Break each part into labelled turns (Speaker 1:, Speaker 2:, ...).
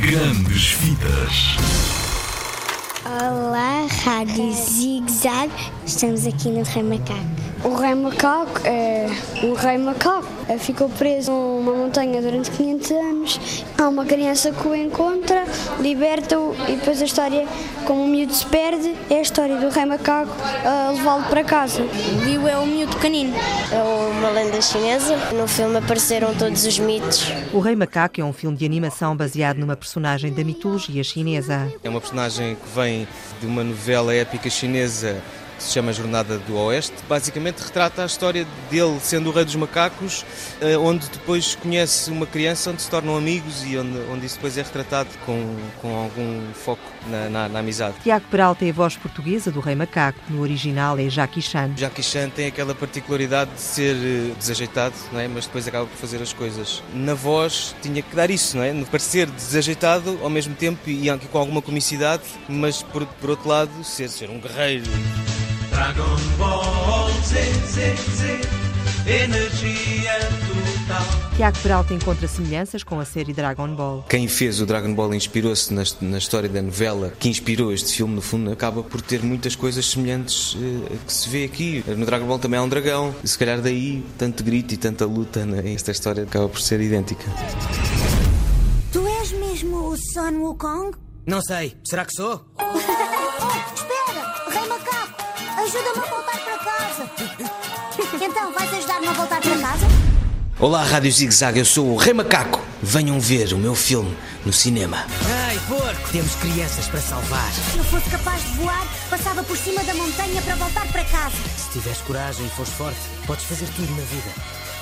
Speaker 1: Grandes fitas.
Speaker 2: Olá, Rádio Zig Zag. Estamos aqui no Rei Macaco. O Rei Macaco é um Rei Macaco. Ele Ficou preso numa montanha durante 500 anos. Há uma criança que o encontra, liberta-o e depois a história, como o miúdo se perde, é a história do Rei Macaco a levá-lo para casa. Liu é um miúdo pequenino.
Speaker 3: É uma lenda chinesa. No filme apareceram todos os mitos.
Speaker 4: O Rei Macaco é um filme de animação baseado numa personagem da mitologia chinesa.
Speaker 5: É uma personagem que vem de uma novela épica chinesa que se chama Jornada do Oeste. Basicamente retrata a história dele sendo o rei dos macacos, eh, onde depois conhece uma criança, onde se tornam amigos e onde, onde isso depois é retratado com, com algum foco na, na- na amizade.
Speaker 4: Tiago Peralta é a voz portuguesa do Rei Macaco, no original é Jackie Chan.
Speaker 5: Jackie Chan tem aquela particularidade de ser eh, desajeitado, não é? mas depois acaba por fazer as coisas. Na voz tinha que dar isso, não é? No parecer desajeitado ao mesmo tempo e, e com alguma comicidade, mas por, por outro lado ser, ser um guerreiro.
Speaker 6: Dragon Ball Z, Z, Z, energia total.
Speaker 4: Tiago Peralta encontra semelhanças com a série Dragon Ball.
Speaker 5: Quem fez o Dragon Ball inspirou-se na, na história da novela que inspirou este filme, no fundo, acaba por ter muitas coisas semelhantes eh, que se vê aqui. No Dragon Ball também há um dragão, se calhar daí tanto grito e tanta luta, né? esta história acaba por ser idêntica.
Speaker 7: Tu és mesmo o Sun Wukong?
Speaker 8: Não sei, será que sou?
Speaker 7: Oh, espera! Rei Macaco, ajuda-me a voltar para casa. Então, vais ajudar-me a voltar para casa?
Speaker 5: Olá, Rádio Zig Zag, eu sou o Rei Macaco. Venham ver o meu filme no cinema.
Speaker 8: Ai, porco! Temos crianças para salvar.
Speaker 7: Se eu fosse capaz de voar, passava por cima da montanha para voltar para casa.
Speaker 8: Se tiveres coragem e fores forte, podes fazer tudo na vida.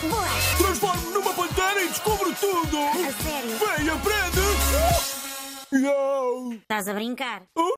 Speaker 7: Boa!
Speaker 9: Transformo-me numa pantera e descubro tudo!
Speaker 7: A sério? Uh!
Speaker 9: Vem, aprende! Yo!
Speaker 7: Estás a brincar?